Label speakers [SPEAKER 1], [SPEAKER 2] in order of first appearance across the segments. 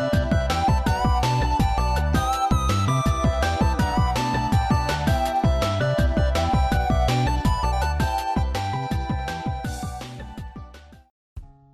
[SPEAKER 1] ィです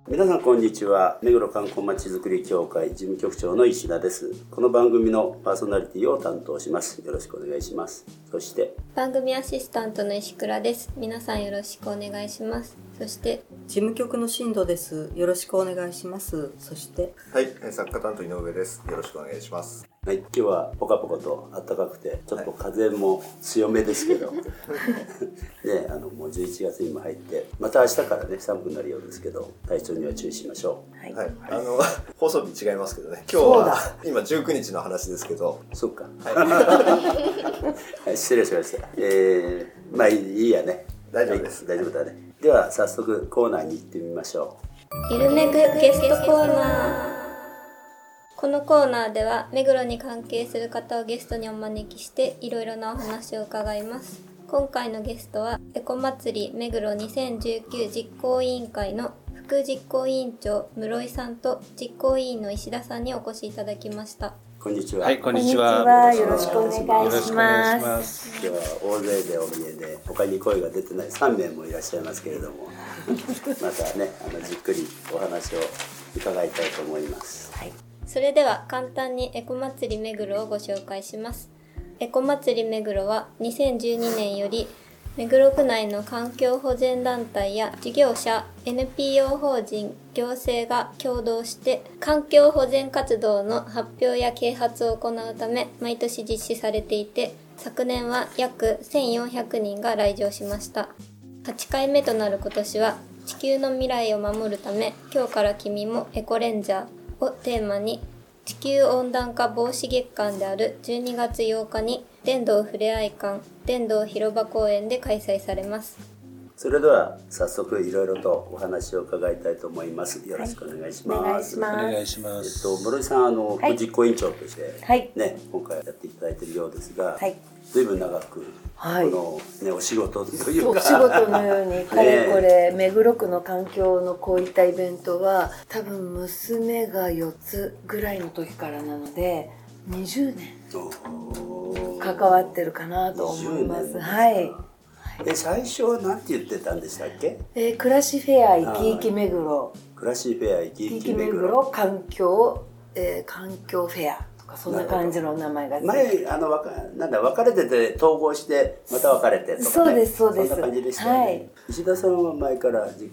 [SPEAKER 2] 皆さんこんにちは目黒観光まちづくり協会事務局長の石田ですこの番組のパーソナリティを担当しますよろしくお願いしますそして
[SPEAKER 1] 番組アシスタントの石倉です皆さんよろしくお願いしますそして
[SPEAKER 3] 事務局の進藤です。よろしくお願いします。そして、
[SPEAKER 4] はい、えー作家担当井上です。よろしくお願いします。
[SPEAKER 2] はい今日はポカポカと暖かくてちょっと風も強めですけど、 ねあのもう11月にも入ってまた明日からね寒くなるようですけど体調には注意しましょ
[SPEAKER 3] はい。
[SPEAKER 4] はい、あの 放送日違いますけどね。今日は今19日の話ですけど、
[SPEAKER 2] うそうか
[SPEAKER 4] は い、
[SPEAKER 2] はい失礼しましたえー、まあいいいいやね
[SPEAKER 4] 大丈夫です
[SPEAKER 2] はい大丈夫だねでは早速コーナーに行ってみましょう
[SPEAKER 1] ゆるめぐゲストコーナーこのコーナーでは目黒に関係する方をゲストにお招きしていろいろなお話を伺います今回のゲストはエコ祭り目黒2019実行委員会の副実行委員長室井さんと実行委員の石田さんにお越しいただきました
[SPEAKER 2] こんにちは、
[SPEAKER 5] はい、こんにちは。
[SPEAKER 6] よろしくお願いします。
[SPEAKER 5] す。
[SPEAKER 2] 今日は大勢でお見えで他に声が出てない3名もいらっしゃいますけれど もまたねあのじっくりお話を伺いたいと思います
[SPEAKER 1] それでは簡単にエコ祭り目黒をご紹介します。エコ祭り目黒は2012年より目黒区内の環境保全団体や事業者、NPO 法人、行政が共同して環境保全活動の発表や啓発を行うため毎年実施されていて昨年は約1400人が来場しました。8回目となる今年は地球の未来を守るため今日から君もエコレンジャーをテーマに地球温暖化防止月間である12月8日に電動ふれあい館電動広場公園で開催されます
[SPEAKER 2] それでは早速いろいろとお話を伺いたいと思いますよろしくお願いします,、
[SPEAKER 6] お願いし
[SPEAKER 5] お
[SPEAKER 6] ま
[SPEAKER 5] 願い
[SPEAKER 6] す。
[SPEAKER 5] しま
[SPEAKER 2] えっ
[SPEAKER 5] す。
[SPEAKER 2] と、室井さんあの、
[SPEAKER 6] はい
[SPEAKER 2] ご実行委員長として、
[SPEAKER 6] はい
[SPEAKER 2] ね、今回やっていただいているようですが、
[SPEAKER 6] はい
[SPEAKER 2] 随分長く、
[SPEAKER 6] はい
[SPEAKER 2] この、ね、お仕事という
[SPEAKER 6] お
[SPEAKER 2] か
[SPEAKER 6] 仕事のようにか れこれ目黒区の環境のこういったイベントは多分娘が4つぐらいの時からなので20年関わってるかなと思い
[SPEAKER 2] 20
[SPEAKER 6] ま
[SPEAKER 2] 年です
[SPEAKER 6] す。
[SPEAKER 2] か
[SPEAKER 6] はい。
[SPEAKER 2] え最初は何て言ってたんでしたっけ
[SPEAKER 6] えー、暮らしフェア生き生き目黒
[SPEAKER 2] 暮らしフェア生き
[SPEAKER 6] 生
[SPEAKER 2] 生
[SPEAKER 6] き
[SPEAKER 2] き
[SPEAKER 6] 目
[SPEAKER 2] 目
[SPEAKER 6] 黒
[SPEAKER 2] 黒
[SPEAKER 6] 環境、えー環境フェアとかそんな感じの名前がついて
[SPEAKER 2] 前あのわかなんだ別れてて統合してまた別れてとか、ね、
[SPEAKER 6] そうですそうです
[SPEAKER 2] そんな感じでしたよね、
[SPEAKER 6] はい
[SPEAKER 2] 石田さんは前から自己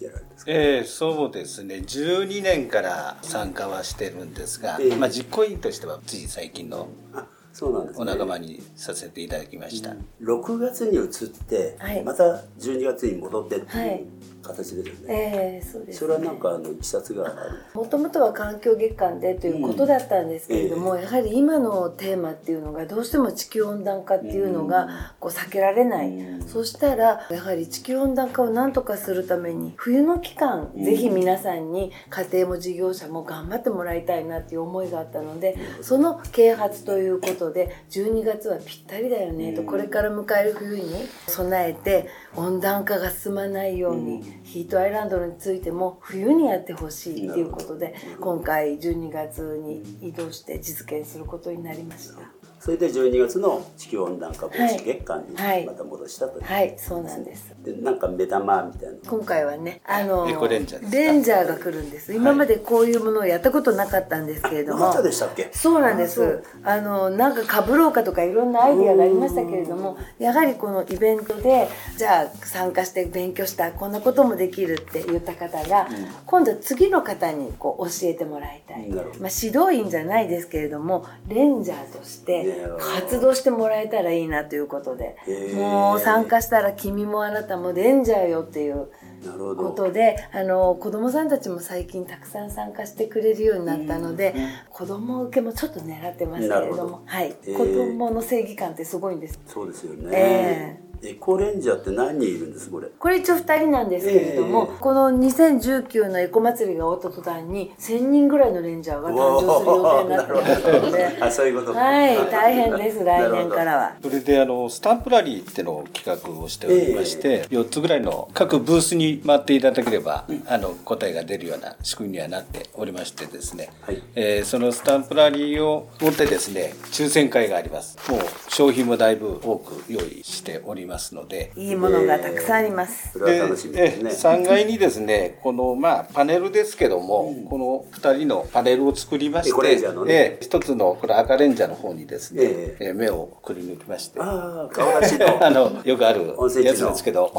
[SPEAKER 2] 委やられてますか
[SPEAKER 5] えー、そうですね12年から参加はしてるんですが、
[SPEAKER 2] ええ
[SPEAKER 5] まあ、実行委員としてはつい最近の
[SPEAKER 2] あそうなんですね
[SPEAKER 5] お仲間にさせていただきました、
[SPEAKER 2] 6月に移って、
[SPEAKER 6] はい
[SPEAKER 2] また12月に戻ってって
[SPEAKER 6] はいいう
[SPEAKER 2] 形ですよね、
[SPEAKER 6] えーそうです、ね。
[SPEAKER 2] それはなんかあのいきさつがある
[SPEAKER 6] もともとは環境月間でということだったんですけれども、
[SPEAKER 2] う
[SPEAKER 6] やはり今のテーマっていうのがどうしても地球温暖化っていうのがこう避けられない、
[SPEAKER 2] うん
[SPEAKER 6] そしたらやはり地球温暖化を何とかするために冬の期間、
[SPEAKER 2] うん
[SPEAKER 6] ぜひ皆さんに家庭も事業者も頑張ってもらいたいなっていう思いがあったので、その啓発ということで12月はぴったりだよねと、
[SPEAKER 2] うん
[SPEAKER 6] これから迎える冬に備えて温暖化が進まないように、
[SPEAKER 2] うん
[SPEAKER 6] ヒートアイランドについても冬にやってほしいということ
[SPEAKER 2] な
[SPEAKER 6] で
[SPEAKER 2] るほど
[SPEAKER 6] 今回12月に移動して実現することになりました
[SPEAKER 2] それで12月の地球温暖化防
[SPEAKER 6] はい
[SPEAKER 2] 止月間に
[SPEAKER 6] はい
[SPEAKER 2] また戻したという、
[SPEAKER 6] はいそうなんです
[SPEAKER 2] でなんか目玉みたいな
[SPEAKER 6] 今回はねあの
[SPEAKER 5] エコレンジャーですか
[SPEAKER 6] レンジャーが来るんです今までこういうものをやったことなかったんですけれど
[SPEAKER 2] な
[SPEAKER 6] も
[SPEAKER 2] かったでしたっけ
[SPEAKER 6] そうなんですあのなんかかぶろうかとかいろんなアイディアがありましたけれどもやはりこのイベントでじゃあ参加して勉強したこんなこともできるって言った方が、今度は次の方にこう教えてもらいたい、
[SPEAKER 2] な
[SPEAKER 6] ま
[SPEAKER 2] るほど
[SPEAKER 6] あ、指導員じゃないですけれどもレンジャーとして活動してもらえたらいいなということで
[SPEAKER 2] へー
[SPEAKER 6] もう参加したら君もあなたもレンジャーよっていう。
[SPEAKER 2] なるほど
[SPEAKER 6] ことであの子どもさんたちも最近たくさん参加してくれるようになったので、子ども受けもちょっと狙ってますけれど
[SPEAKER 2] なるほ
[SPEAKER 6] も
[SPEAKER 2] ど
[SPEAKER 6] はい
[SPEAKER 2] えー
[SPEAKER 6] 子どもの正義感ってすごいんです。
[SPEAKER 2] そうですよね、
[SPEAKER 6] え
[SPEAKER 2] エコレンジャーって何人いるんですこれ
[SPEAKER 6] これ一応2人なんですけれども、
[SPEAKER 2] ええ
[SPEAKER 6] この2019のエコ祭りが終わった途端に1000人ぐらいのレンジャーが誕生する予定になってますので
[SPEAKER 2] あそういうことか
[SPEAKER 6] はい大変です
[SPEAKER 2] な
[SPEAKER 6] 来
[SPEAKER 2] るほど
[SPEAKER 6] 年からは
[SPEAKER 5] それであのスタンプラリーってのを企画をしておりまして、4つぐらいの各ブースに回っていただければ、あの答えが出るような仕組みにはなっておりましてですね、
[SPEAKER 2] はい
[SPEAKER 5] えーそのスタンプラリーを持ってですね抽選会がありますもう商品もだいぶ多く用意しておりますので
[SPEAKER 6] いいものがたくさんあります、
[SPEAKER 2] それは楽しみですね
[SPEAKER 5] え3階にですねこのまあパネルですけども、この2人のパネルを作りまして
[SPEAKER 2] エコレンジャーのね
[SPEAKER 5] ええ一つのこれ赤レンジャーの方にですね、
[SPEAKER 2] ええ
[SPEAKER 5] え目をくり抜きまして
[SPEAKER 2] ああ顔出しの
[SPEAKER 5] あのよくある
[SPEAKER 2] 温泉地の
[SPEAKER 5] やつですけど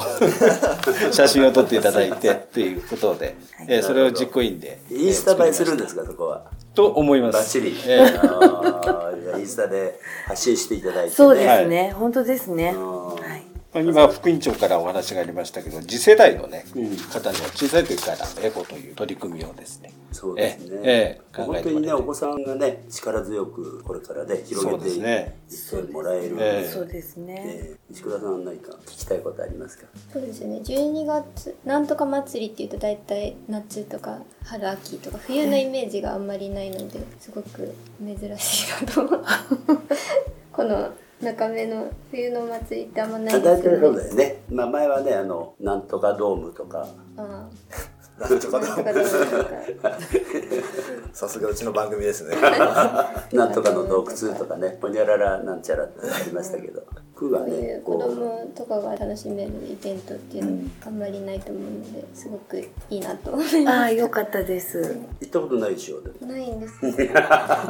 [SPEAKER 5] 写真を撮っていただいてっていうことで、えーそれを実行委員で
[SPEAKER 2] インスタ映えするん
[SPEAKER 5] だ
[SPEAKER 2] ですかそこは
[SPEAKER 5] と思います
[SPEAKER 2] バッチリ、
[SPEAKER 5] えー
[SPEAKER 2] あーじゃあインスタで発信していただいて、ね、
[SPEAKER 6] そうですね、本当ですね、
[SPEAKER 2] うん
[SPEAKER 6] はい
[SPEAKER 5] まあ今副院長からお話がありましたけど次世代の、ね、方には小さい時からエコという取り組みをですね
[SPEAKER 2] そうですね、
[SPEAKER 5] ええええ考
[SPEAKER 2] 本
[SPEAKER 5] え
[SPEAKER 2] 当
[SPEAKER 5] ても
[SPEAKER 2] にねお
[SPEAKER 5] らいたい
[SPEAKER 2] 子さんがね力強くこれからね広げ
[SPEAKER 5] そう
[SPEAKER 2] てい
[SPEAKER 5] です
[SPEAKER 2] っ
[SPEAKER 5] ね
[SPEAKER 2] てもらえる、
[SPEAKER 5] ええ
[SPEAKER 6] そうですね、
[SPEAKER 2] ええ石倉さんは何か聞きたいことありますか
[SPEAKER 1] そうですよね12月なんとか祭りっていうと大体夏とか春秋とか冬のイメージがあんまりないのですごく珍しいなと 思うこの中目の冬の祭りってあんまない
[SPEAKER 2] あ
[SPEAKER 1] で
[SPEAKER 2] 大
[SPEAKER 1] す
[SPEAKER 2] 体そ
[SPEAKER 1] よ
[SPEAKER 2] う
[SPEAKER 1] ね
[SPEAKER 2] だよね、まあ、前はねあのなんとかドームとか
[SPEAKER 1] あ
[SPEAKER 4] なんとか
[SPEAKER 1] あなんとかどうな
[SPEAKER 4] だ。
[SPEAKER 1] のか
[SPEAKER 4] さすがうちの番組ですね。
[SPEAKER 2] なんとかの洞窟とかねほにゃららなんちゃらってありましたけど区が
[SPEAKER 1] そうい
[SPEAKER 2] ね
[SPEAKER 1] う子
[SPEAKER 2] こ
[SPEAKER 1] 供とかが楽しめるイベントっていうのあんまりないと思うのですごくいいなと思い
[SPEAKER 6] あ
[SPEAKER 1] ま
[SPEAKER 6] あよかったです
[SPEAKER 2] う行ったことないでしょでも
[SPEAKER 1] すないんですよ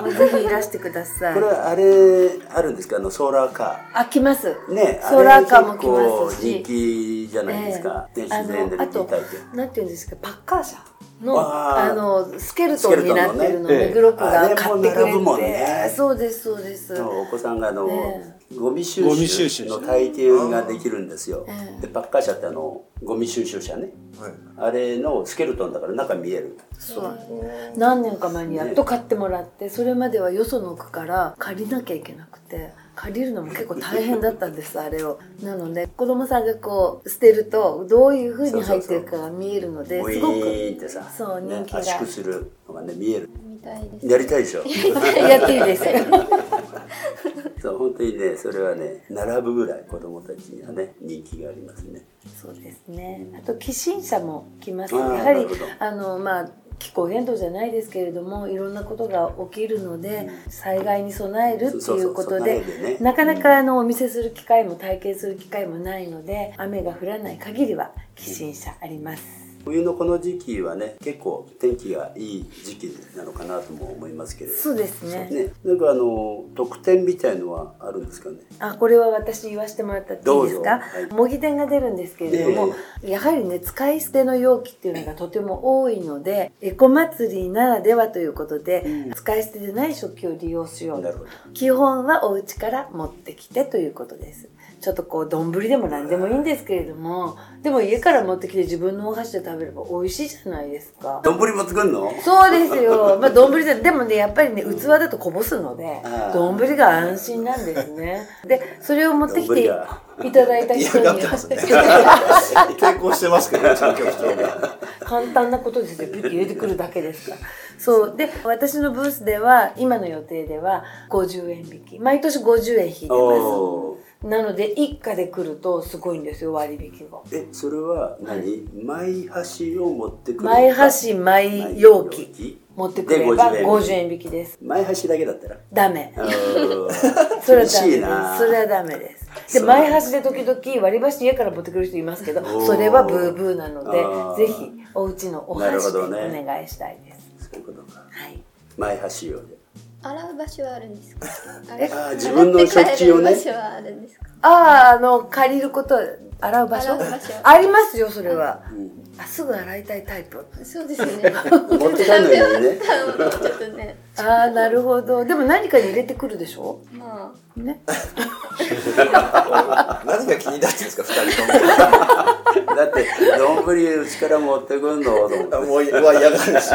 [SPEAKER 6] もうぜひいらしてください
[SPEAKER 2] これはあれあるんですかあのソーラーカ
[SPEAKER 6] あ来ます
[SPEAKER 2] ーね
[SPEAKER 6] ソーラーカーも来ます
[SPEAKER 2] あれ結構人
[SPEAKER 6] し
[SPEAKER 2] 気じゃないですか、
[SPEAKER 6] ええ
[SPEAKER 2] ね自然で
[SPEAKER 6] あのあ
[SPEAKER 2] 見てい
[SPEAKER 6] と
[SPEAKER 2] ただいて
[SPEAKER 6] なんていうんですかパッカー車の
[SPEAKER 2] あー
[SPEAKER 6] あのスケルトンになってるの
[SPEAKER 5] スケルトンのねえ
[SPEAKER 6] で
[SPEAKER 5] え
[SPEAKER 6] グロックが買って
[SPEAKER 2] あれも
[SPEAKER 6] くれ
[SPEAKER 2] 並ぶもんね
[SPEAKER 6] てそうですそうです
[SPEAKER 2] そうお子さんがあの、
[SPEAKER 6] え
[SPEAKER 2] ゴミ収
[SPEAKER 5] ゴミ収
[SPEAKER 2] 集
[SPEAKER 5] 集
[SPEAKER 2] の体験ができるんですよ、
[SPEAKER 6] ええ
[SPEAKER 2] でパッカー車ってあのゴミ収集車ね
[SPEAKER 4] はい
[SPEAKER 2] あれのスケルトンだから中見える
[SPEAKER 6] そう何年か前にやっと買ってもらってそれまではよその奥から借りなきゃいけなくて借りるのも結構大変だったんですあれをなので子供さんがこう捨てるとどういう風に入ってるかが見えるので
[SPEAKER 2] ウィ
[SPEAKER 6] すごく
[SPEAKER 2] ーンってさ
[SPEAKER 6] そう
[SPEAKER 2] ね
[SPEAKER 6] 人気が
[SPEAKER 2] 圧縮 するのがね見える
[SPEAKER 1] みたいです
[SPEAKER 2] やりたいでしょ
[SPEAKER 6] やっていいです
[SPEAKER 2] そう本当にねそれはね並ぶぐらい子供たちにはね人気がありますね
[SPEAKER 6] そうですね。あと寄進者も来ます。
[SPEAKER 2] あ
[SPEAKER 6] や
[SPEAKER 2] ー
[SPEAKER 6] は
[SPEAKER 2] な
[SPEAKER 6] り
[SPEAKER 2] るほど
[SPEAKER 6] あのまあ気候変動じゃないですけれども、いろんなことが起きるので、災害に備えるって
[SPEAKER 2] そう
[SPEAKER 6] い
[SPEAKER 2] そうう
[SPEAKER 6] こと
[SPEAKER 2] 備
[SPEAKER 6] で
[SPEAKER 2] えてね、
[SPEAKER 6] なかなかあのお見せする機会も体験する機会もないので、雨が降らない限りは寄進者あります。
[SPEAKER 2] 冬のこの時期はね結構天気がいい時期なのかなとも思いますけれど
[SPEAKER 6] そうですね。
[SPEAKER 2] ねなんかあの特典みたいのはあるんですかね
[SPEAKER 6] あ、これは私に言わせてもらったっていいで
[SPEAKER 2] ど
[SPEAKER 6] すか
[SPEAKER 2] うぞはい。
[SPEAKER 6] 模擬店が出るんですけれども、やはりね、使い捨ての容器っていうのがとても多いので、エコ祭りならではということで、使い捨てでない食器を利用しよう
[SPEAKER 2] な
[SPEAKER 6] と
[SPEAKER 2] るほど
[SPEAKER 6] 基本はお家から持ってきてということです。ちょっとこう、丼でも何でもいいんですけれども、でも家から持ってきて自分のお箸で食べれば美味しいじゃないですか。
[SPEAKER 2] 丼も作るの
[SPEAKER 6] そうですよ。まあ、丼で、でもね、やっぱりね、器だとこぼすので
[SPEAKER 2] あー、
[SPEAKER 6] 丼が安心なんですね。で、それを持ってきてい
[SPEAKER 2] 丼が
[SPEAKER 6] ただいた人に
[SPEAKER 4] 嫌がってますね抵抗してますけど、調教長が。
[SPEAKER 6] 簡単なことですよ。ピッて入れてくるだけですから。そう。で、私のブースでは、今の予定では、50円引き。毎年50円引いてま
[SPEAKER 2] おー
[SPEAKER 6] す。なので、一家で来るとすごいんですよ、割引が。
[SPEAKER 2] えそれは何、前箸を持ってくる
[SPEAKER 6] 前箸、前容器。持ってくれば
[SPEAKER 2] で
[SPEAKER 6] 50円引きです。
[SPEAKER 2] 前箸だけだったら
[SPEAKER 6] ダメ。
[SPEAKER 2] あ
[SPEAKER 6] そ
[SPEAKER 2] ー
[SPEAKER 6] れ
[SPEAKER 2] 厳
[SPEAKER 6] はダ
[SPEAKER 2] し
[SPEAKER 6] メ
[SPEAKER 2] い
[SPEAKER 6] です。
[SPEAKER 2] な
[SPEAKER 6] それはダメです。で、
[SPEAKER 2] そうなん
[SPEAKER 6] 前
[SPEAKER 2] で
[SPEAKER 6] 端で時々割り箸家から持ってくる人いますけど
[SPEAKER 2] おー、
[SPEAKER 6] それはブーブーな
[SPEAKER 2] あ
[SPEAKER 6] の
[SPEAKER 2] ー
[SPEAKER 6] で、ぜひお家のお
[SPEAKER 2] なる
[SPEAKER 6] 箸
[SPEAKER 2] ほ
[SPEAKER 6] で
[SPEAKER 2] ど
[SPEAKER 6] お
[SPEAKER 2] ね
[SPEAKER 6] 願いしたいで
[SPEAKER 2] そ
[SPEAKER 6] す。
[SPEAKER 2] ういうことか
[SPEAKER 6] はい。
[SPEAKER 2] 前箸用で
[SPEAKER 1] 洗う場所はあるんですか
[SPEAKER 2] あー自分の食器をね
[SPEAKER 1] 洗って帰れる場所はあるんですか
[SPEAKER 6] ああ、あの、借りること、洗う場所
[SPEAKER 1] 洗う場所
[SPEAKER 6] ありますよ、それは。あすぐ洗いたいタイプ。
[SPEAKER 1] そうですね
[SPEAKER 2] 持ってかんのようにね
[SPEAKER 1] ちょっとね
[SPEAKER 6] ああ、なるほど。でも何かに入れてくるでしょ
[SPEAKER 1] まあ
[SPEAKER 6] ね。
[SPEAKER 4] 何が気になってるんですか、二人と
[SPEAKER 2] だって丼うちから持ってくんのと思って
[SPEAKER 4] も。もう、は嫌がるし。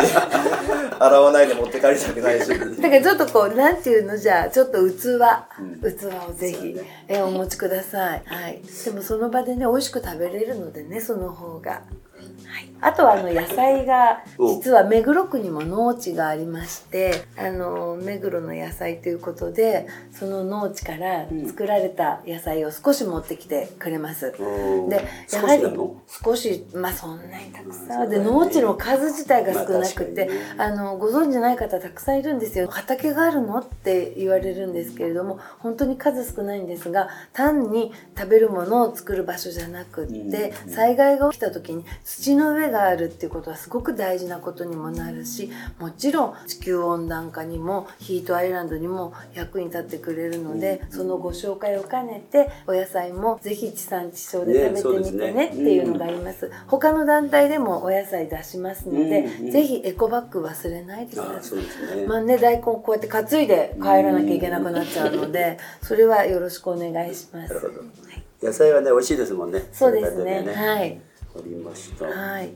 [SPEAKER 4] 洗わないで持って帰りたくないし。
[SPEAKER 6] だからちょっとこうなんていうのじゃあちょっと器、器をぜひ、えお持ちください、はい、でもその場でね美味しく食べれるのでねその方が。はい、あとはあの野菜が
[SPEAKER 2] お
[SPEAKER 6] 実は目黒区にも農地がありましてあの目黒の野菜ということでその農地から作られた野菜を少し持ってきてくれます、
[SPEAKER 2] うん
[SPEAKER 6] で
[SPEAKER 2] 少
[SPEAKER 6] や
[SPEAKER 2] し
[SPEAKER 6] はり
[SPEAKER 2] なの
[SPEAKER 6] 少しまあそんなにたくさん、
[SPEAKER 2] うん
[SPEAKER 6] で
[SPEAKER 2] そうだよね
[SPEAKER 6] 農地の数自体が少
[SPEAKER 2] まあ
[SPEAKER 6] なくて、
[SPEAKER 2] 確かにね
[SPEAKER 6] あのご存じない方たくさんいるんですよ畑があるのって言われるんですけれども本当に数少ないんですが単に食べるものを作る場所じゃなくって、
[SPEAKER 2] うん
[SPEAKER 6] 災害が起きた時に土の上があるっていうことはすごく大事なことにもなるしもちろん地球温暖化にもヒートアイランドにも役に立ってくれるので、そのご紹介を兼ねてお野菜もぜひ地産地消で
[SPEAKER 2] ね
[SPEAKER 6] 食べてみてねっていうのがあります他の団体でもお野菜出しますので、
[SPEAKER 2] うんうん
[SPEAKER 6] ぜひエコバッグ忘れないでく
[SPEAKER 2] あ
[SPEAKER 6] だ
[SPEAKER 2] あ
[SPEAKER 6] さ
[SPEAKER 2] そ
[SPEAKER 6] いう
[SPEAKER 2] ですね、
[SPEAKER 6] まあね大根こうやって担いで帰らなきゃいけなくなっちゃうのでそれはよろしくお願いします
[SPEAKER 2] なるほど
[SPEAKER 6] はい
[SPEAKER 2] 野菜はね美味しいですもんね
[SPEAKER 6] そうですね
[SPEAKER 2] れだけわ
[SPEAKER 6] はい
[SPEAKER 2] かりました、
[SPEAKER 6] はい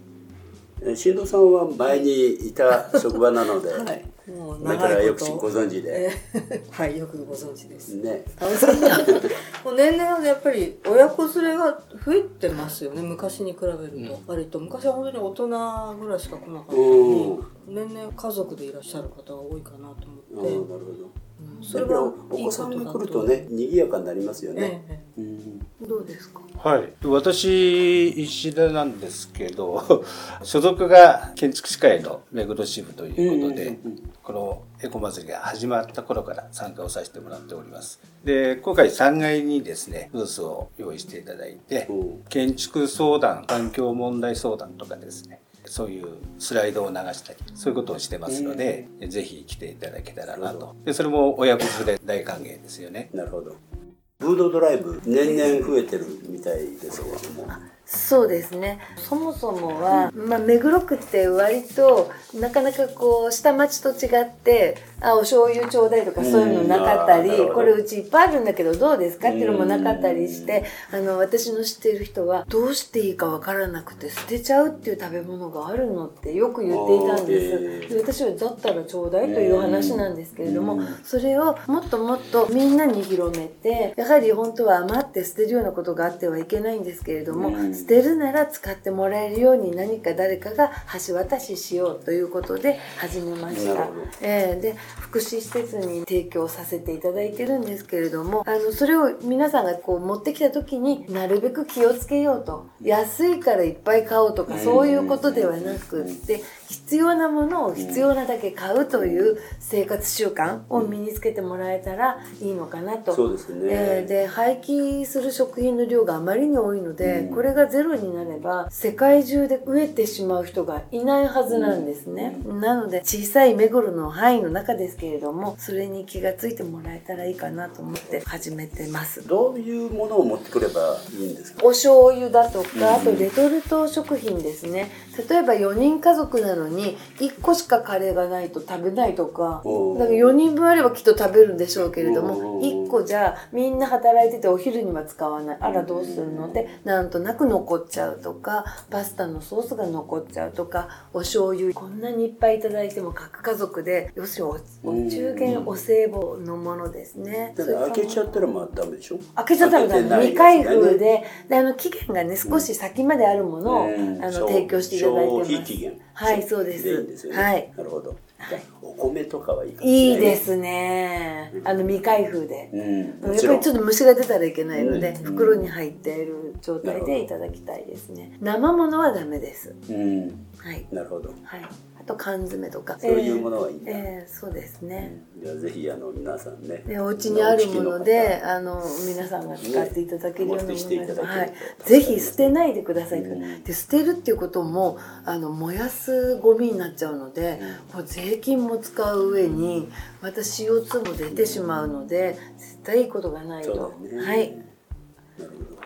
[SPEAKER 2] え新藤さんは前にいた職場なので、
[SPEAKER 3] もう
[SPEAKER 2] だから
[SPEAKER 3] 長い
[SPEAKER 2] よ
[SPEAKER 3] こ
[SPEAKER 2] くし
[SPEAKER 3] と
[SPEAKER 2] ご存知で、
[SPEAKER 3] え はいよくご存知 です
[SPEAKER 2] ね
[SPEAKER 3] あお好きな もう年々やっぱり親子連れが増えてますよね昔に比べると、割と昔は本当に大人ぐらいしか来なかったのに年々家族でいらっしゃる方が多いかなと
[SPEAKER 2] うん
[SPEAKER 3] 思って
[SPEAKER 2] なるほど
[SPEAKER 3] そ
[SPEAKER 2] そ
[SPEAKER 3] れ
[SPEAKER 2] れ
[SPEAKER 3] は
[SPEAKER 2] は
[SPEAKER 3] お
[SPEAKER 2] お子さんが来るとね賑やかになりますよね、うん
[SPEAKER 6] どうですか
[SPEAKER 5] はい、私石田なんですけど 所属が建築士会の目黒支部ということで、
[SPEAKER 2] うんうん
[SPEAKER 5] このエコ祭りが始まった頃から参加をさせてもらっておりますで今回3階にですねブースを用意していただいて
[SPEAKER 2] うん
[SPEAKER 5] 建築相談環境問題相談とかですねそういうスライドを流したりそういうことをしてますので、ぜひ来ていただけたらなとでそれも親子連れ大歓迎ですよね
[SPEAKER 2] なるほどフードドライブ年々増えてるみたいですけども
[SPEAKER 6] そうですねそもそもは、まあ、目黒区って割となかなかこう下町と違ってあお醤油ちょうだいとかそういうのなかったり、
[SPEAKER 2] うんあーなるほど
[SPEAKER 6] これうちいっぱいあるんだけどどうですかっていうのもなかったりして、あの私の知っている人はどうしていいかわからなくて捨てちゃうっていう食べ物があるのってよく言っていたんです、
[SPEAKER 2] あーへー
[SPEAKER 6] で私はだったらちょうだいという話なんですけれども、それをもっともっとみんなに広めてやはり本当は余って捨てるようなことがあってはいけないんですけれども、
[SPEAKER 2] うん
[SPEAKER 6] 捨てるなら使ってもらえるように何か誰かが橋渡ししようということで始めまし
[SPEAKER 2] な
[SPEAKER 6] た
[SPEAKER 2] るほど。
[SPEAKER 6] ええで福祉施設に提供させていただいてるんですけれどもあのそれを皆さんがこう持ってきた時になるべく気をつけようと安いからいっぱい買おうとかそういうことではなくって必要なものを必要なだけ買うという生活習慣を身につけてもらえたらいいのかなと。
[SPEAKER 2] そうですね、
[SPEAKER 6] えーで廃棄する食品の量があまりに多いので、これがゼロになれば世界中で飢えてしまう人がいないはずなんですね、なので小さい目黒の範囲の中ですけれどもそれに気がついてもらえたらいいかなと思って始めてます
[SPEAKER 2] どういうものを持ってくればいいんですか
[SPEAKER 6] お醤油だとかあとレトルト食品ですね例えば4人家族なのに1個しかカレーがないと食べないとか
[SPEAKER 2] おー
[SPEAKER 6] だから4人分あればきっと食べるんでしょうけれども
[SPEAKER 2] おー
[SPEAKER 6] 1個じゃみんな働いててお昼には使わないあらどうするのでなんとなく残っちゃうとかパスタのソースが残っちゃうとかお醤油こんなにいっぱいいただいても各家族で要するにおお中元お歳暮のものですね。
[SPEAKER 2] だ
[SPEAKER 6] そ
[SPEAKER 2] か
[SPEAKER 6] ういっ
[SPEAKER 2] ら
[SPEAKER 6] たもの
[SPEAKER 2] 開けちゃったらまあダメでしょ
[SPEAKER 6] 開けちゃダメだ
[SPEAKER 2] 開けてない
[SPEAKER 6] 未開封
[SPEAKER 2] やつがね
[SPEAKER 6] でであの期限がね少し先まであるものを、
[SPEAKER 2] うん
[SPEAKER 6] あ
[SPEAKER 2] 消
[SPEAKER 6] の提供していただいてます
[SPEAKER 2] 消費期限
[SPEAKER 6] はいそうです
[SPEAKER 2] でいいんですよね、
[SPEAKER 6] はい
[SPEAKER 2] なるほどじゃあお米とかはいいかもしれない
[SPEAKER 6] いいですねあの未開封で、
[SPEAKER 2] うんも
[SPEAKER 6] やっ
[SPEAKER 2] ち
[SPEAKER 6] ぱ
[SPEAKER 2] ろ
[SPEAKER 6] り
[SPEAKER 2] ん
[SPEAKER 6] ちょっと虫が出たらいけないので、
[SPEAKER 2] うん
[SPEAKER 6] 袋に入っている状態でいただきたいですね生ものはダメです
[SPEAKER 2] うん
[SPEAKER 6] はい、
[SPEAKER 2] なるほど
[SPEAKER 6] はい、あと缶詰とか
[SPEAKER 2] そういうものはいいん
[SPEAKER 6] え
[SPEAKER 2] だ、
[SPEAKER 6] ーえーそうですね、
[SPEAKER 2] じゃあぜひあの皆さんね
[SPEAKER 6] でお家にあるもので
[SPEAKER 2] お家
[SPEAKER 6] あの皆さんが使っていただけるようなも
[SPEAKER 2] ね持ってきていただけ
[SPEAKER 6] の
[SPEAKER 2] ると
[SPEAKER 6] がはい、ぜひ捨てないでください、
[SPEAKER 2] うん
[SPEAKER 6] で捨てるっていうこともあの燃やすゴミになっちゃうので、こう税金も使う上にまた CO2 も出てしまうので絶対いいことがない
[SPEAKER 2] そう
[SPEAKER 6] と、
[SPEAKER 2] だよね
[SPEAKER 6] はい
[SPEAKER 2] なるほど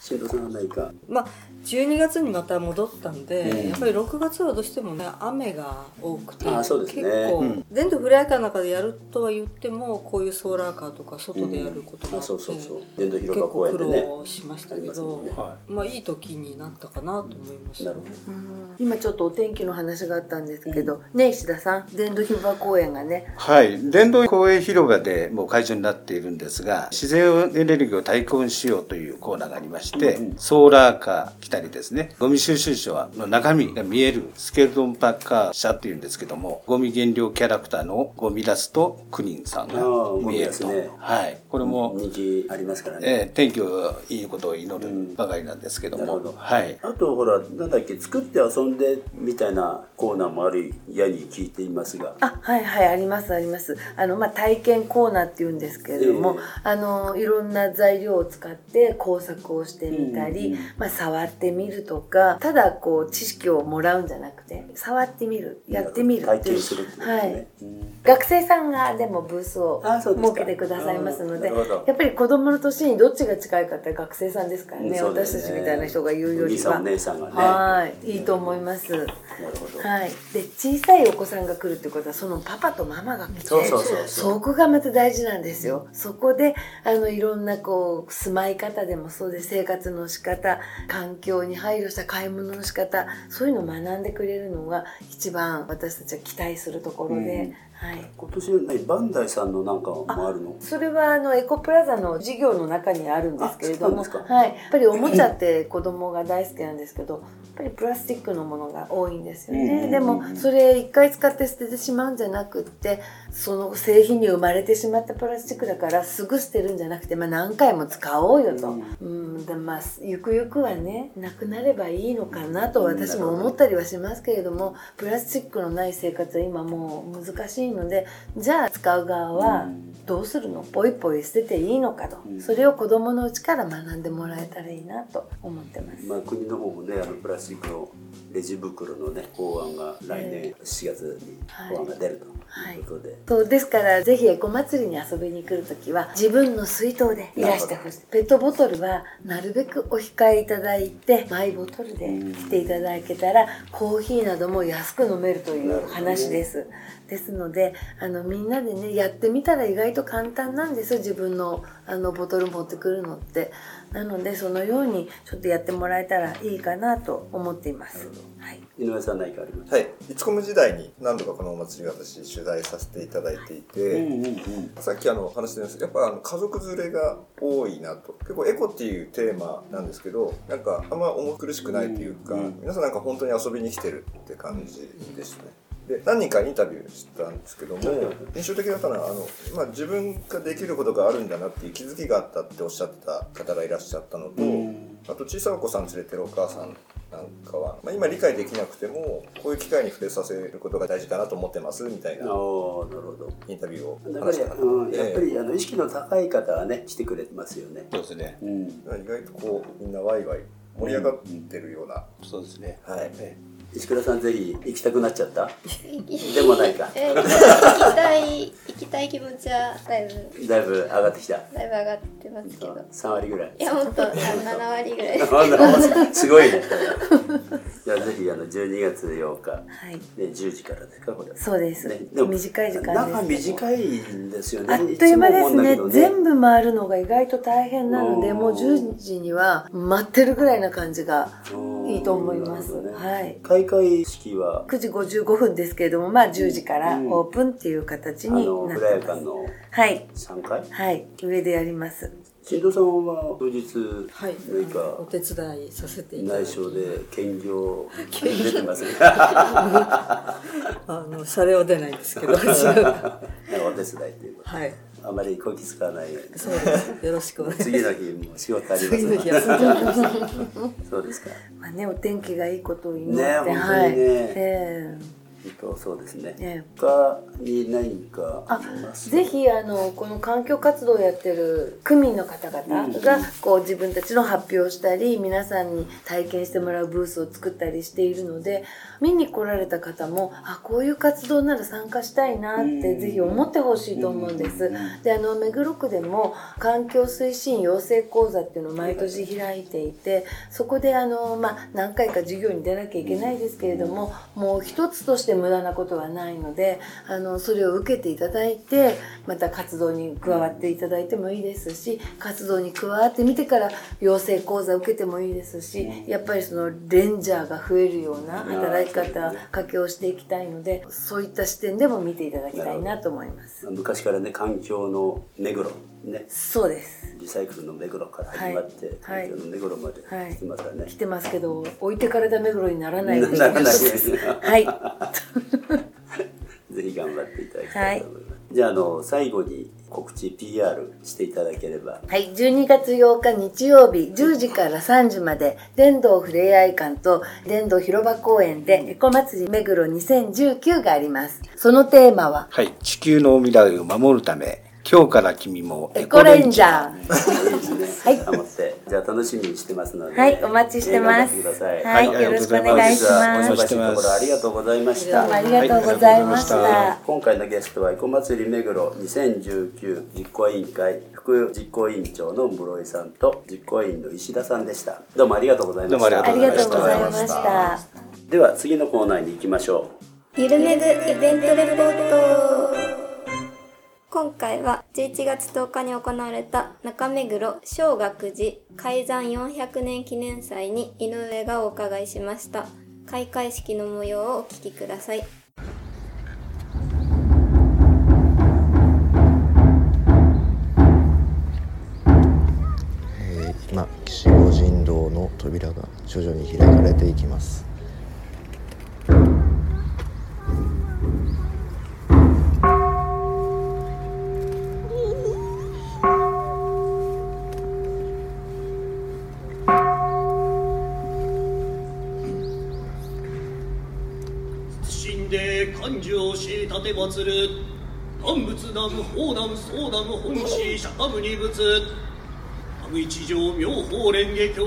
[SPEAKER 2] 修道さんは何か
[SPEAKER 3] まあ、12月にまた戻ったんで、
[SPEAKER 2] うん
[SPEAKER 3] やっぱり6月はどうしてもね雨が多くて
[SPEAKER 2] あーそうですね
[SPEAKER 3] 結構、
[SPEAKER 5] うん
[SPEAKER 3] 全土フライカーの中でやるとは言ってもこういうソーラーカーとか外でやることもあ
[SPEAKER 2] あ
[SPEAKER 3] って、
[SPEAKER 2] そうそうそう
[SPEAKER 3] 結
[SPEAKER 2] 電動広場
[SPEAKER 3] 構
[SPEAKER 2] 公園
[SPEAKER 3] 苦
[SPEAKER 2] でね
[SPEAKER 3] 労しました
[SPEAKER 2] あ
[SPEAKER 3] け
[SPEAKER 2] りますも
[SPEAKER 3] ど
[SPEAKER 2] んね
[SPEAKER 5] い。は
[SPEAKER 3] まあいい時になったかなと思いました、
[SPEAKER 2] なるほど
[SPEAKER 6] うん今ちょっとお天気の話があったんですけど、ね石田さん伝道広場公園がね
[SPEAKER 5] はい。電動公園広場でもう会場になっているんですが、自然エネルギーを体験しようというコーナーがありまして、ソーラーカー来たりですね、ゴミ収集車の中身が見えるスケルトンパッカー車っていうんですけども、ゴミ減量キャラクターのゴミ出すとクリンさんが
[SPEAKER 2] あー
[SPEAKER 5] 見えると。
[SPEAKER 2] ゴミ出すね
[SPEAKER 5] はい。これも、
[SPEAKER 2] 人気ありますからね、
[SPEAKER 5] えー天気をいいことを祈るばかりなんですけど
[SPEAKER 2] なる
[SPEAKER 5] も、
[SPEAKER 2] ほど
[SPEAKER 5] はい。
[SPEAKER 2] あとほらなんだっけ作って遊んでみたいなコーナーもあるやに聞いていますが
[SPEAKER 6] あはいはいありますありますあの、まあ、体験コーナーっていうんですけれども、あのいろんな材料を使って工作をしてみたり、
[SPEAKER 2] うんうん
[SPEAKER 6] まあ、触ってみるとかただこう知識をもらうんじゃなくて触ってみるやってみる
[SPEAKER 2] 体
[SPEAKER 6] っていう
[SPEAKER 2] 験するっていうことね、
[SPEAKER 6] はい
[SPEAKER 2] うん
[SPEAKER 6] 学生さんがでもブースを
[SPEAKER 2] あそうです
[SPEAKER 6] 設
[SPEAKER 2] か
[SPEAKER 6] けてくださいますので
[SPEAKER 2] うんなるほど
[SPEAKER 6] やっぱり子供の年にどっちが近いかって学生さんですからね,、
[SPEAKER 2] うんそうだよね
[SPEAKER 6] 私たちみたいな人が言うよ
[SPEAKER 2] お
[SPEAKER 6] り
[SPEAKER 2] 兄さん
[SPEAKER 6] は
[SPEAKER 2] お姉さんがね
[SPEAKER 6] はいいいと思います、
[SPEAKER 2] なるほど、
[SPEAKER 6] はい、で小さいお子さんが来るってことはそのパパとママが来て
[SPEAKER 2] そうそうそうそう
[SPEAKER 6] そこがまた大事なんですよそこであのいろんなこう住まい方でもそうで生活の仕方環境に配慮した買い物の仕方そういうのを学んでくれるのが一番私たちは期待するところで、
[SPEAKER 2] うん
[SPEAKER 6] はい。
[SPEAKER 2] 今年は何バンダイさんのなんかもあるの
[SPEAKER 6] それはあのエコプラザの事業の中にあるんですけれども、
[SPEAKER 2] あそうなんですか
[SPEAKER 6] はい、やっぱりおもちゃって子供が大好きなんですけど、やっぱりプラスチックのものが多いんですよ
[SPEAKER 2] うんうんうんう
[SPEAKER 6] ね。
[SPEAKER 2] ん
[SPEAKER 6] でもそれ一回使って捨ててしまうんじゃなくって、その製品に生まれてしまったプラスチックだからすぐ捨てるんじゃなくて、まあ何回も使おうよと。うん、でまあゆくゆくはねなくなればいいのかなと私も思ったりはしますけれども、プラスチックのない生活は今もう難しいので、じゃあ使う側はどうするのポイポイ捨てていいのかと、
[SPEAKER 2] うん
[SPEAKER 6] それを子供のうちから学んでもらえたらいいなと思ってます、
[SPEAKER 2] まあ、国の方もねあのプラスチックのレジ袋のね法案が来年4月に
[SPEAKER 6] はい
[SPEAKER 2] 法案が出る
[SPEAKER 6] はい
[SPEAKER 2] ということで、
[SPEAKER 6] そうですからぜひエコ祭りに遊びに来る時は自分の水筒でいらしてほしいペットボトルはなるべくお控えいただいてマイボトルで来ていただけたらコーヒーなども安く飲めるという話です、ですのであのみんなでねやってみたら意外と簡単なんですよ自分のあのボトル持ってくるのってなのでそのようにちょっとやってもらえたらいいかなと思っています、はい
[SPEAKER 2] 井上さん何かあります
[SPEAKER 4] はい、いつこむ時代に何度かこのお祭り私取材させていただいていて、さっきあの話してたんですけどやっぱあの家族連れが多いなと結構エコっていうテーマなんですけどなんかあんま重苦しくないというか、
[SPEAKER 2] うん
[SPEAKER 4] 皆さんなんか本当に遊びに来てるって感じですね。で何人かインタビューしたんですけども印象的だったのはあの、まあ、自分ができることがあるんだなっていう気づきがあったっておっしゃってた方がいらっしゃったのと、あと小さいお子さん連れてるお母さんなんかは、まあ、今理解できなくてもこういう機会に触れさせることが大事だなと思ってますみたい
[SPEAKER 2] ああなる
[SPEAKER 4] な
[SPEAKER 2] ほど
[SPEAKER 4] インタビューを
[SPEAKER 2] やっぱ
[SPEAKER 4] 話
[SPEAKER 2] り,、
[SPEAKER 4] したかな
[SPEAKER 2] うん、やっぱ
[SPEAKER 4] え
[SPEAKER 2] りあの意識の高い方はね来てくれてますよね、
[SPEAKER 5] そうですね。
[SPEAKER 2] うん、
[SPEAKER 4] え意外とこうみんなワイワイ盛り上がってるような、
[SPEAKER 5] そうですね。
[SPEAKER 4] はい
[SPEAKER 5] え
[SPEAKER 2] 石倉さんぜひ行きたくなっちゃ ったでもないか
[SPEAKER 1] えー行きたい行きたい気持ちはだいぶ
[SPEAKER 2] だいぶ上がってきた
[SPEAKER 1] だいぶ上がってますけど
[SPEAKER 2] 3割ぐらい
[SPEAKER 1] いやもっとあの7割ぐらいです
[SPEAKER 2] あな すごいねじゃあぜひあの12月8日、
[SPEAKER 6] はい
[SPEAKER 2] ね、10時からですかこれは
[SPEAKER 6] そうです、
[SPEAKER 2] ね
[SPEAKER 6] 短い時間です
[SPEAKER 2] 中短いんですよね
[SPEAKER 6] あっという間で
[SPEAKER 2] つも思
[SPEAKER 6] す
[SPEAKER 2] うんだ
[SPEAKER 6] ね
[SPEAKER 2] けど
[SPEAKER 6] 全部回るのが意外と大変なので
[SPEAKER 2] うん
[SPEAKER 6] もう10時には待ってるぐらいな感じが
[SPEAKER 2] うん
[SPEAKER 6] いいと思います、
[SPEAKER 2] なるほどね
[SPEAKER 6] はい
[SPEAKER 2] 開会式は
[SPEAKER 6] 9時55分ですけれどもまあ10時から
[SPEAKER 2] うん
[SPEAKER 6] オープンっていう形
[SPEAKER 2] あ
[SPEAKER 6] に
[SPEAKER 2] の
[SPEAKER 6] な
[SPEAKER 2] フ
[SPEAKER 6] っ
[SPEAKER 2] ラ
[SPEAKER 6] て
[SPEAKER 2] ヤ
[SPEAKER 6] ま
[SPEAKER 2] 館
[SPEAKER 6] す
[SPEAKER 2] の
[SPEAKER 6] はい
[SPEAKER 2] 3階
[SPEAKER 6] はい上でやります
[SPEAKER 2] 新藤さんは当日
[SPEAKER 3] はい
[SPEAKER 2] 何
[SPEAKER 3] お
[SPEAKER 2] か
[SPEAKER 3] 手伝いさせていただ
[SPEAKER 2] 内
[SPEAKER 3] いて
[SPEAKER 2] 緒で兼 業出てますねな
[SPEAKER 3] あのシャレは出ないんですけ ど私は
[SPEAKER 2] お手伝いということ
[SPEAKER 3] はい
[SPEAKER 2] あまりこき使わないように
[SPEAKER 3] そうですよろしくお願いします
[SPEAKER 2] 次の日も仕事あります
[SPEAKER 3] 次の日
[SPEAKER 2] から
[SPEAKER 3] 休んじゃいます
[SPEAKER 2] そうですか
[SPEAKER 6] まあねお天気がいいことを祈って、
[SPEAKER 2] ね本当にね
[SPEAKER 6] はい、ええ
[SPEAKER 2] えっと、そうですね。
[SPEAKER 6] ええ
[SPEAKER 2] 他に何か
[SPEAKER 6] あ
[SPEAKER 2] ります
[SPEAKER 6] ぜひあのこの環境活動をやってる区民の方々がこう自分たちの発表をしたり皆さんに体験してもらうブースを作ったりしているので見に来られた方もあこういう活動なら参加したいなってぜひ思ってほしいと思うんです。であの目黒区でも環境推進養成講座っていうのを毎年開いていてそこであの、まあ、何回か授業に出なきゃいけないですけれどももう一つとして無駄なことはないのであのそれを受けていただいてまた活動に加わっていただいてもいいですし活動に加わってみてから養成講座受けてもいいですしやっぱりそのレンジャーが増えるような働き方かけをしていきたいのでそういった視点でも見ていただきたいなと思います。
[SPEAKER 2] 昔からね、環境の目黒、ね、
[SPEAKER 6] そうです
[SPEAKER 2] リサイクルの目黒から始まって、
[SPEAKER 6] はいはい
[SPEAKER 2] 環境の目黒まで
[SPEAKER 6] は
[SPEAKER 2] 来
[SPEAKER 6] い
[SPEAKER 2] てますからね。
[SPEAKER 6] 来てますけど置いてからダメ黒にならないように
[SPEAKER 2] ならないように
[SPEAKER 6] はい
[SPEAKER 2] ぜひ頑張っていただきたいと思います。じゃあ、あの、最後に告知 PR していただければ。
[SPEAKER 6] はい、12月8日日曜日10時から3時まで電動ふれあい館と電動広場公園でエコ祭り目黒2019がありますそのテーマは
[SPEAKER 5] はい、地球の未来を守るため、今日から君も
[SPEAKER 6] エコレンジャ
[SPEAKER 5] ー。
[SPEAKER 6] ー
[SPEAKER 2] はい。頑張って。じゃあ、楽しみにしてますので。
[SPEAKER 6] はいお待ちしてます
[SPEAKER 2] えー頑張ってください。
[SPEAKER 6] はい、
[SPEAKER 5] はい
[SPEAKER 6] よろしくお
[SPEAKER 5] お
[SPEAKER 6] 願いします
[SPEAKER 5] ありがとうござい
[SPEAKER 2] 本日は
[SPEAKER 5] ます
[SPEAKER 2] お忙しいところありがとうございまし
[SPEAKER 6] どうもあ
[SPEAKER 2] た。
[SPEAKER 6] りが
[SPEAKER 5] はいあ
[SPEAKER 6] とうございました、
[SPEAKER 5] りがとうございまし
[SPEAKER 2] 今回のゲストはエコ祭り目黒2019実行委員会副実行委員長の室井さんと実行委員の石田さんでした。どうもありがとうございました。
[SPEAKER 5] どうもありが
[SPEAKER 6] ありがとうございま
[SPEAKER 4] ありがとうございまし
[SPEAKER 6] した
[SPEAKER 2] では次のコーナーに行きましょ
[SPEAKER 1] ゆるめぐイベントレポート今回は11月10日に行われた中目黒小学寺開山400年記念祭に井上がお伺いしました開会式の模様をお聞きください
[SPEAKER 7] えー今岸五人道の扉が徐々に開かれていきます
[SPEAKER 8] 謹んで勘定し立てまつる南仏南法南相南本市釈迦部二仏南無一条妙法蓮華経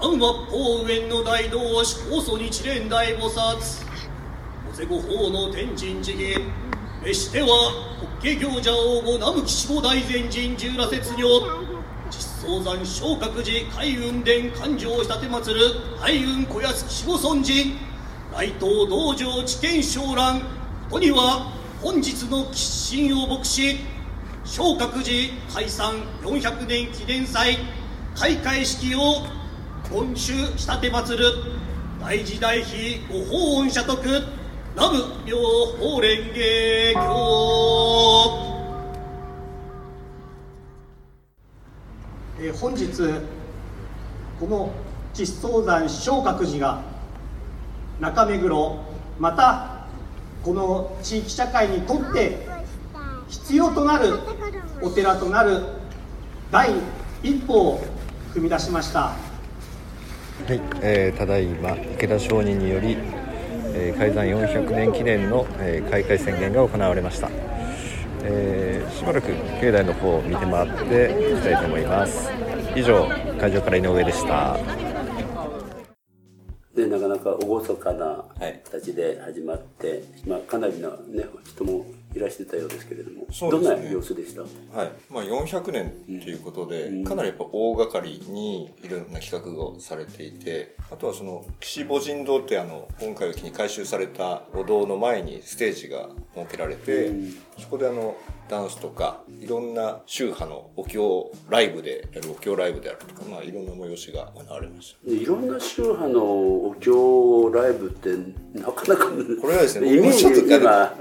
[SPEAKER 8] 南和法園の大道士高祖日蓮大菩薩お瀬五法の天神寺儀決しては国家行者王母南無岸五大善人十羅節女実相山昇格寺海運殿勘定立てまつる海運小安岸五尊寺内藤道場知見昇蘭ことには本日の吉神を牧師昇格寺解散400年記念祭開会式を今週仕立て祭る大時代碑ご法恩社徳南無妙法蓮華経
[SPEAKER 9] えー本日この実相山昇格寺が中目黒またこの地域社会にとって必要となるお寺となる第一歩を踏み出しました
[SPEAKER 7] はい、えーただいま池田商人により、えー、開山400年記念の、えー開会宣言が行われました、えーしばらく境内の方を見て回っていきたいと思います以上会場から井上でした
[SPEAKER 2] う。で、なかなか厳かな
[SPEAKER 4] はい
[SPEAKER 2] 形で始まって、まあ、かなりの、ね、人もいらしてたようですけれども、
[SPEAKER 4] そう
[SPEAKER 2] ど
[SPEAKER 4] で
[SPEAKER 2] ん
[SPEAKER 4] すね
[SPEAKER 2] な様子でした
[SPEAKER 4] はいまあ、400年っていうことで、かなりやっぱ大掛かりにいろんな企画をされていてあとはその岸母神堂ってあの今回を機に改修されたお堂の前にステージが設けられて、そこであのダンスとかいろんな宗派のお経ライブでやるお経ライブであるとか、まあ、いろんな催しが行われました。
[SPEAKER 2] でいろんな宗派のお経ライブってなかなか
[SPEAKER 4] これはですね
[SPEAKER 2] イメージ
[SPEAKER 4] 僕もちょっと
[SPEAKER 2] が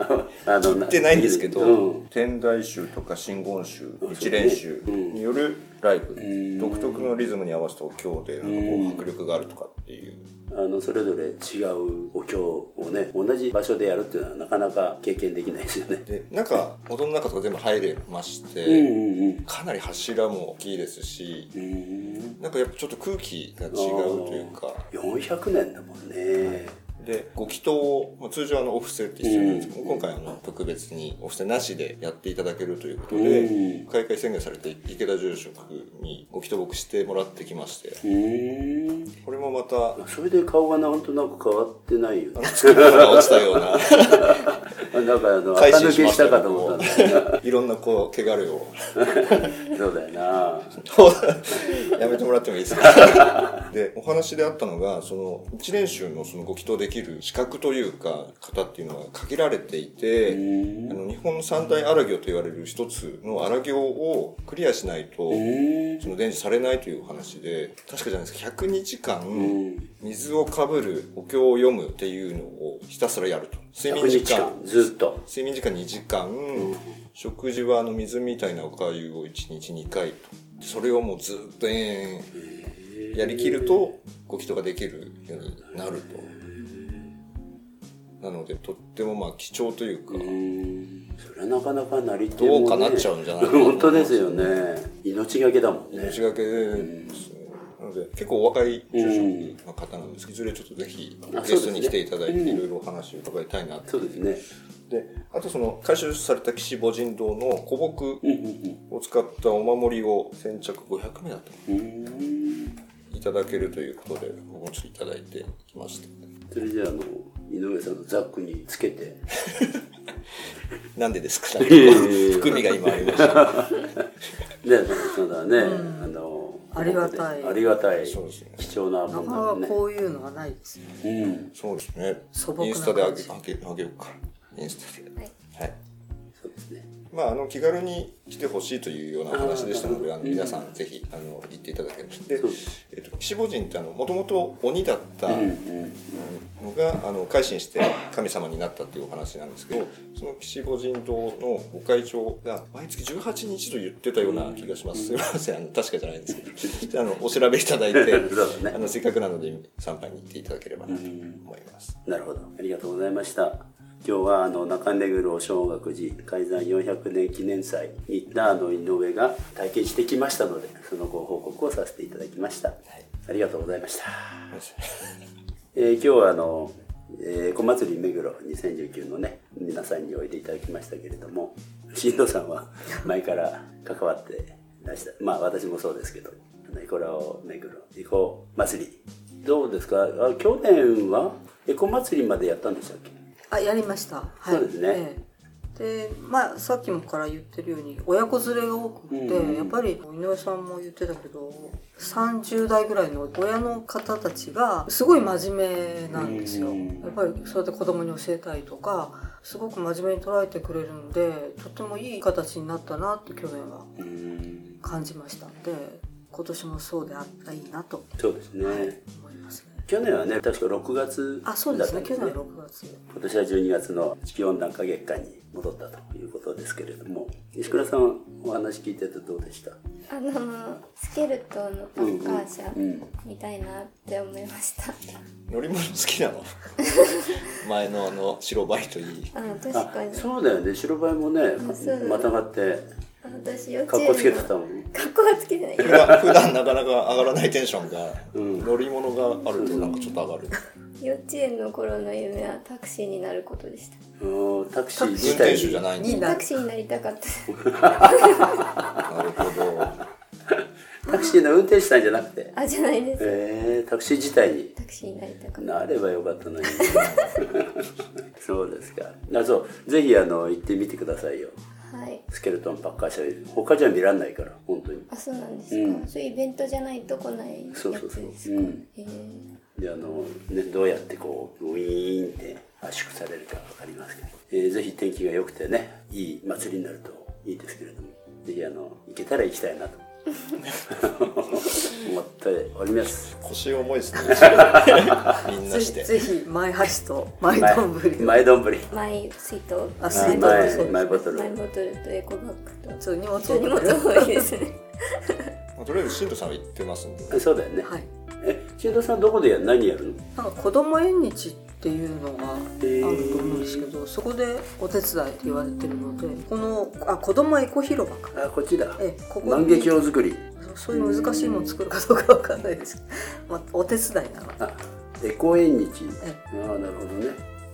[SPEAKER 2] あの
[SPEAKER 4] 言ってないんですけど、
[SPEAKER 2] うん
[SPEAKER 4] 天台宗とか真言宗
[SPEAKER 2] ん
[SPEAKER 4] 一連宗によるライブ、独特のリズムに合わせたお経でなんかこう迫力があるとかっていう、
[SPEAKER 2] あのそれぞれ違うお経をね同じ場所でやるっていうのはなかなか経験できないですよね。
[SPEAKER 4] でなんか音の中とか全部入れまして、
[SPEAKER 2] うんうん
[SPEAKER 4] かなり柱も大きいですし、なんかやっぱちょっと空気が違うというか
[SPEAKER 2] 400年だもんね。
[SPEAKER 4] で、ご祈祷を、まあ、通常あの、お布施って必要なんですけども、今回あの、特別にお布施なしでやっていただけるということで、開会宣言されて、池田住職にご祈祷をしてもらってきまして、
[SPEAKER 2] うん
[SPEAKER 4] これもまた、
[SPEAKER 2] それで顔がなんとなく変わってないよね
[SPEAKER 4] が落ちたよう な、
[SPEAKER 2] なんかあの
[SPEAKER 4] 改
[SPEAKER 2] 垢抜
[SPEAKER 4] 心し
[SPEAKER 2] け
[SPEAKER 4] ま
[SPEAKER 2] し
[SPEAKER 4] したた
[SPEAKER 2] か
[SPEAKER 4] け
[SPEAKER 2] と
[SPEAKER 4] ど
[SPEAKER 2] 思
[SPEAKER 4] も
[SPEAKER 2] ったんだよね
[SPEAKER 4] いろんなこう、汚れを、
[SPEAKER 2] そうだよな
[SPEAKER 4] やめてもらってもいいです かで、お話であったのが、その、一練習のそのご祈祷できる資格というか、方っていうのは限られていて、あの、日本の三大荒行と言われる一つの荒行をクリアしないと、その伝授されないというお話で、確かじゃないですか、100日間、水をかぶる、お経を読むっていうのをひたすらやると。睡眠
[SPEAKER 2] 100
[SPEAKER 4] 時
[SPEAKER 2] 日
[SPEAKER 4] 間
[SPEAKER 2] 間ずっと
[SPEAKER 4] 睡眠時間2時間、食事はあの水みたいなおかゆを1日2回とそれをもうずっと延々やりきるとご祈祷ができるようになるとなのでとってもまあ貴重というか、
[SPEAKER 2] それはなかなかなり手
[SPEAKER 4] どうか
[SPEAKER 2] もね
[SPEAKER 4] なっちゃうんじゃないかな
[SPEAKER 2] 本当ですよね命がけだもんね
[SPEAKER 4] 命がけですねなので結構お若い住職の方なんですけど、いずれちょっとぜひ
[SPEAKER 2] あ
[SPEAKER 4] ゲストに
[SPEAKER 2] そうですね
[SPEAKER 4] 来ていただいて、いろいろお話を伺いたいなと
[SPEAKER 2] そうですね
[SPEAKER 4] であとその回収された岸母神堂の古木を使ったお守りを先着500名だったかないただけるということで僕もちょっといただいてきました
[SPEAKER 2] それじゃああの井上さんのザックにつ けて
[SPEAKER 4] なんでですか
[SPEAKER 2] いやいやいや
[SPEAKER 4] 含みが今ありました
[SPEAKER 2] ねそうだね、あの
[SPEAKER 3] ありがたい
[SPEAKER 2] ありがたい
[SPEAKER 4] そうですね
[SPEAKER 2] 貴重なも
[SPEAKER 3] な
[SPEAKER 2] の
[SPEAKER 3] かな
[SPEAKER 2] だ
[SPEAKER 3] かこ
[SPEAKER 2] ね
[SPEAKER 3] ういうのはないですね。
[SPEAKER 2] うん
[SPEAKER 4] そうですね
[SPEAKER 3] 素朴な感じ
[SPEAKER 4] インスタであげあげあげようかインスタではい、
[SPEAKER 2] そうですね
[SPEAKER 4] まあ、あの気軽に来てほしいというような話でしたのであの皆さんぜひあの行っていただければで
[SPEAKER 2] そう、
[SPEAKER 4] えっと岸母神ってもともと鬼だったのがあの改心して神様になったっていうお話なんですけどその岸母神堂のご会長が毎月18日と言ってたような気がします、すいませんあの確かじゃないんですけどあのお調べいただいて、
[SPEAKER 2] そうだね
[SPEAKER 4] あのせっかくなので参拝に行っていただければなと思います、
[SPEAKER 2] なるほどありがとうございました今日はあの中目黒小学寺開山400年記念祭にダーの井上が体験してきましたのでそのご報告をさせていただきました、ありがとうございました、えー今日はあの、えー、小祭り目黒2019のね皆さんにおいでいただきましたけれども新藤さん は前から関わってらしたまあ私もそうですけどあのイコラを目黒イコ祭りどうですかあ去年はエコ祭りまでやったんでしたっけ
[SPEAKER 3] あ、やりました。はい。
[SPEAKER 2] そうですね
[SPEAKER 3] ええでまあ、さっきもから言ってるように親子連れが多くて、やっぱり井上さんも言ってたけど30代ぐらいの親の方たちがすごい真面目なんですよ、やっぱりそうやって子供に教えたりとかすごく真面目に捉えてくれるのでとってもいい形になったなって去年は感じましたので今年もそうであったらいいなと
[SPEAKER 2] そうですね、
[SPEAKER 3] 思いますね。
[SPEAKER 2] 去年はね確か6月だ
[SPEAKER 3] あ
[SPEAKER 2] っ
[SPEAKER 3] そうです
[SPEAKER 2] た
[SPEAKER 3] ね
[SPEAKER 2] んで
[SPEAKER 3] 去
[SPEAKER 2] す
[SPEAKER 3] 年
[SPEAKER 2] ね
[SPEAKER 3] 6月
[SPEAKER 2] 今年は12月の地球温暖化月間に戻ったということですけれども石倉さんお話聞いててどうでした
[SPEAKER 1] あのースケルトンのパンカーシャみたいなって思いました。
[SPEAKER 4] 乗り物好きなの 前のあの白バイといい
[SPEAKER 1] あの確
[SPEAKER 2] あ
[SPEAKER 1] かに。
[SPEAKER 2] そうだよね白バイもね
[SPEAKER 1] そう
[SPEAKER 2] またがって
[SPEAKER 1] あ私幼稚
[SPEAKER 2] 格
[SPEAKER 1] 園の
[SPEAKER 2] 好つけてたもん
[SPEAKER 1] 格好つけてない。
[SPEAKER 4] 普段普段なかなか上がらないテンションが、乗り物があるとなんかちょっと上がる
[SPEAKER 1] 幼稚園の頃の夢はタクシーになることでした。
[SPEAKER 2] うんタクシー
[SPEAKER 4] 運
[SPEAKER 2] 自
[SPEAKER 4] 転手
[SPEAKER 2] 体
[SPEAKER 4] じゃないんだ
[SPEAKER 1] タクシーになりたかったです。
[SPEAKER 4] なるほど
[SPEAKER 2] タクシーの運転手さんじゃなくて
[SPEAKER 1] あじゃないです。
[SPEAKER 2] えー、タクシー自体に
[SPEAKER 1] タクシーになりたかった。
[SPEAKER 2] なればよかったのに そうですかあそうぜひあの行ってみてくださいよ
[SPEAKER 1] はい。
[SPEAKER 2] スケルトンパッカーシャ他じゃ見られないから本当に
[SPEAKER 1] あそうなんですか、そういうイベントじゃないと来ないやつですか
[SPEAKER 2] そうそうそううん
[SPEAKER 1] へー
[SPEAKER 2] であの、ね、どうやってこうウィーンって圧縮されるか分かりますけど、えーぜひ天気が良くてねいい祭りになるといいですけれどもぜひあの行けたら行きたいな と思っております
[SPEAKER 4] 腰重いですね みんな
[SPEAKER 3] ぜ
[SPEAKER 4] し
[SPEAKER 3] ひ
[SPEAKER 4] て
[SPEAKER 3] ぜひ前橋と前
[SPEAKER 2] 前
[SPEAKER 3] 丼を
[SPEAKER 2] 前丼ぶり
[SPEAKER 1] マイ水筒
[SPEAKER 3] あ水
[SPEAKER 2] 前
[SPEAKER 3] 筒もそう
[SPEAKER 2] 前ボトル
[SPEAKER 1] マイボトルとエコバッグと
[SPEAKER 3] ちょっと荷物を
[SPEAKER 1] ちょっと荷物多いですね
[SPEAKER 4] まあとりあえず新藤さんは行ってますんで
[SPEAKER 2] そうだよね、
[SPEAKER 3] はい
[SPEAKER 2] え千田さんどこでや何やるの
[SPEAKER 3] なんか子供縁日っていうのがあると
[SPEAKER 2] ー
[SPEAKER 3] 思うんですけどそこでお手伝いって言われてるのでこのあ子供エコ広場か
[SPEAKER 2] あこっちだ
[SPEAKER 3] ええここに
[SPEAKER 2] 万華鏡作り
[SPEAKER 3] そういう難しいもの作るかどうかわかんないですけど、まあ、お手伝いなので
[SPEAKER 2] あエコ縁日
[SPEAKER 3] え
[SPEAKER 2] ああなるほどね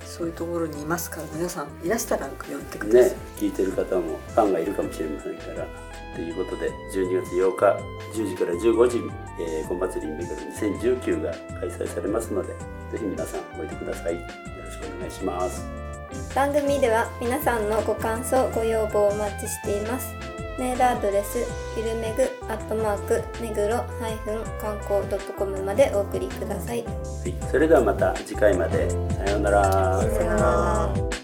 [SPEAKER 3] そういうところにいますから皆さんいらしたら読んでください、
[SPEAKER 2] ね聞いてる方もファンがいるかもしれませんからということで12月8日10時から15時に「えー、コンバツリンめぐる2019」が開催されますのでぜひ皆さんおいでくださいよろしくお願いします
[SPEAKER 1] 番組では皆さんのご感想ご要望をお待ちしていますメールアドレスゆるめぐアットマークめぐろ観光 .com までお送りください
[SPEAKER 2] はいそれではまた次回までさようなら
[SPEAKER 1] さようなら